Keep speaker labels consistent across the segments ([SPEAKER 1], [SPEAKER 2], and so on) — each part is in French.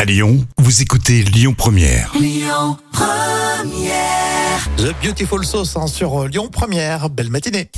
[SPEAKER 1] À Lyon, vous écoutez Lyon Première.
[SPEAKER 2] The Beautiful Sauce hein, sur euh, Lyon Première. Belle matinée.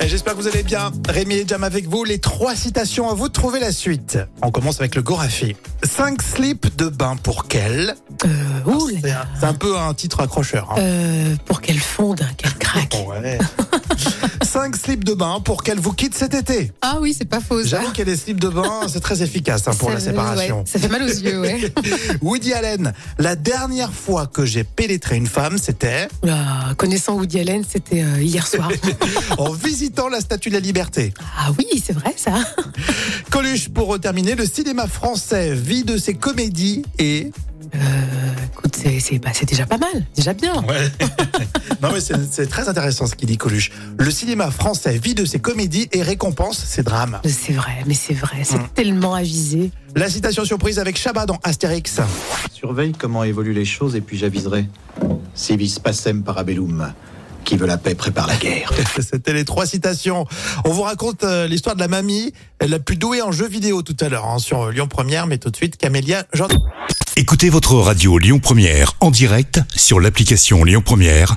[SPEAKER 2] Et J'espère que vous allez bien. Rémi et Jam avec vous. Les trois citations à vous de trouver la suite. On commence avec le Gorafi. Cinq slips de bain pour quelle
[SPEAKER 3] Euh,
[SPEAKER 2] Alors,
[SPEAKER 3] ouh là
[SPEAKER 2] C'est un, c'est un peu un titre accrocheur. hein.
[SPEAKER 3] Euh, pour qu'elle fonde, hein, qu'elle craque.
[SPEAKER 2] Ouais. Cinq slips de bain pour qu'elle vous quitte cet été.
[SPEAKER 4] Ah oui, c'est pas faux. Ça.
[SPEAKER 2] J'avoue qu'il y a des slips de bain, c'est très efficace hein, pour
[SPEAKER 4] Ça
[SPEAKER 2] la
[SPEAKER 4] me-
[SPEAKER 2] séparation.
[SPEAKER 4] ouais, ça fait mal aux yeux, ouais.
[SPEAKER 2] Woody Allen, la dernière fois que j'ai pénétré une femme, c'était
[SPEAKER 3] Oula, connaissant Woody Allen, c'était euh, hier soir.
[SPEAKER 2] en visitant la Statue de la Liberté.
[SPEAKER 3] ah oui, c'est vrai ça.
[SPEAKER 4] Bah,
[SPEAKER 2] Coluche, pour terminer, le cinéma français vit de ses comédies et...
[SPEAKER 3] Écoute, c'est c'est- bah, c'est déjà pas mal, déjà bien.
[SPEAKER 2] non mais c'est c'est très intéressant ce qu'il dit Coluche. Le cinéma français vit de ses comédies et récompense ses drames.
[SPEAKER 3] C'est vrai, mais c'est vrai, c'est
[SPEAKER 2] Mm.
[SPEAKER 3] tellement avisé.
[SPEAKER 2] La citation surprise avec Chabat dans Astérix.
[SPEAKER 5] Surveille comment évoluent les choses et puis j'aviserai. Civis passem parabellum. Qui veut la paix prépare la guerre.
[SPEAKER 2] C'était les trois citations. On vous raconte euh, l'histoire de la mamie la plus douée en jeux vidéo tout à l'heure hein, sur euh, Lyon Première, mais tout de suite Camélia Jean.
[SPEAKER 1] Écoutez votre radio Lyon Première en direct sur l'application Lyon Première,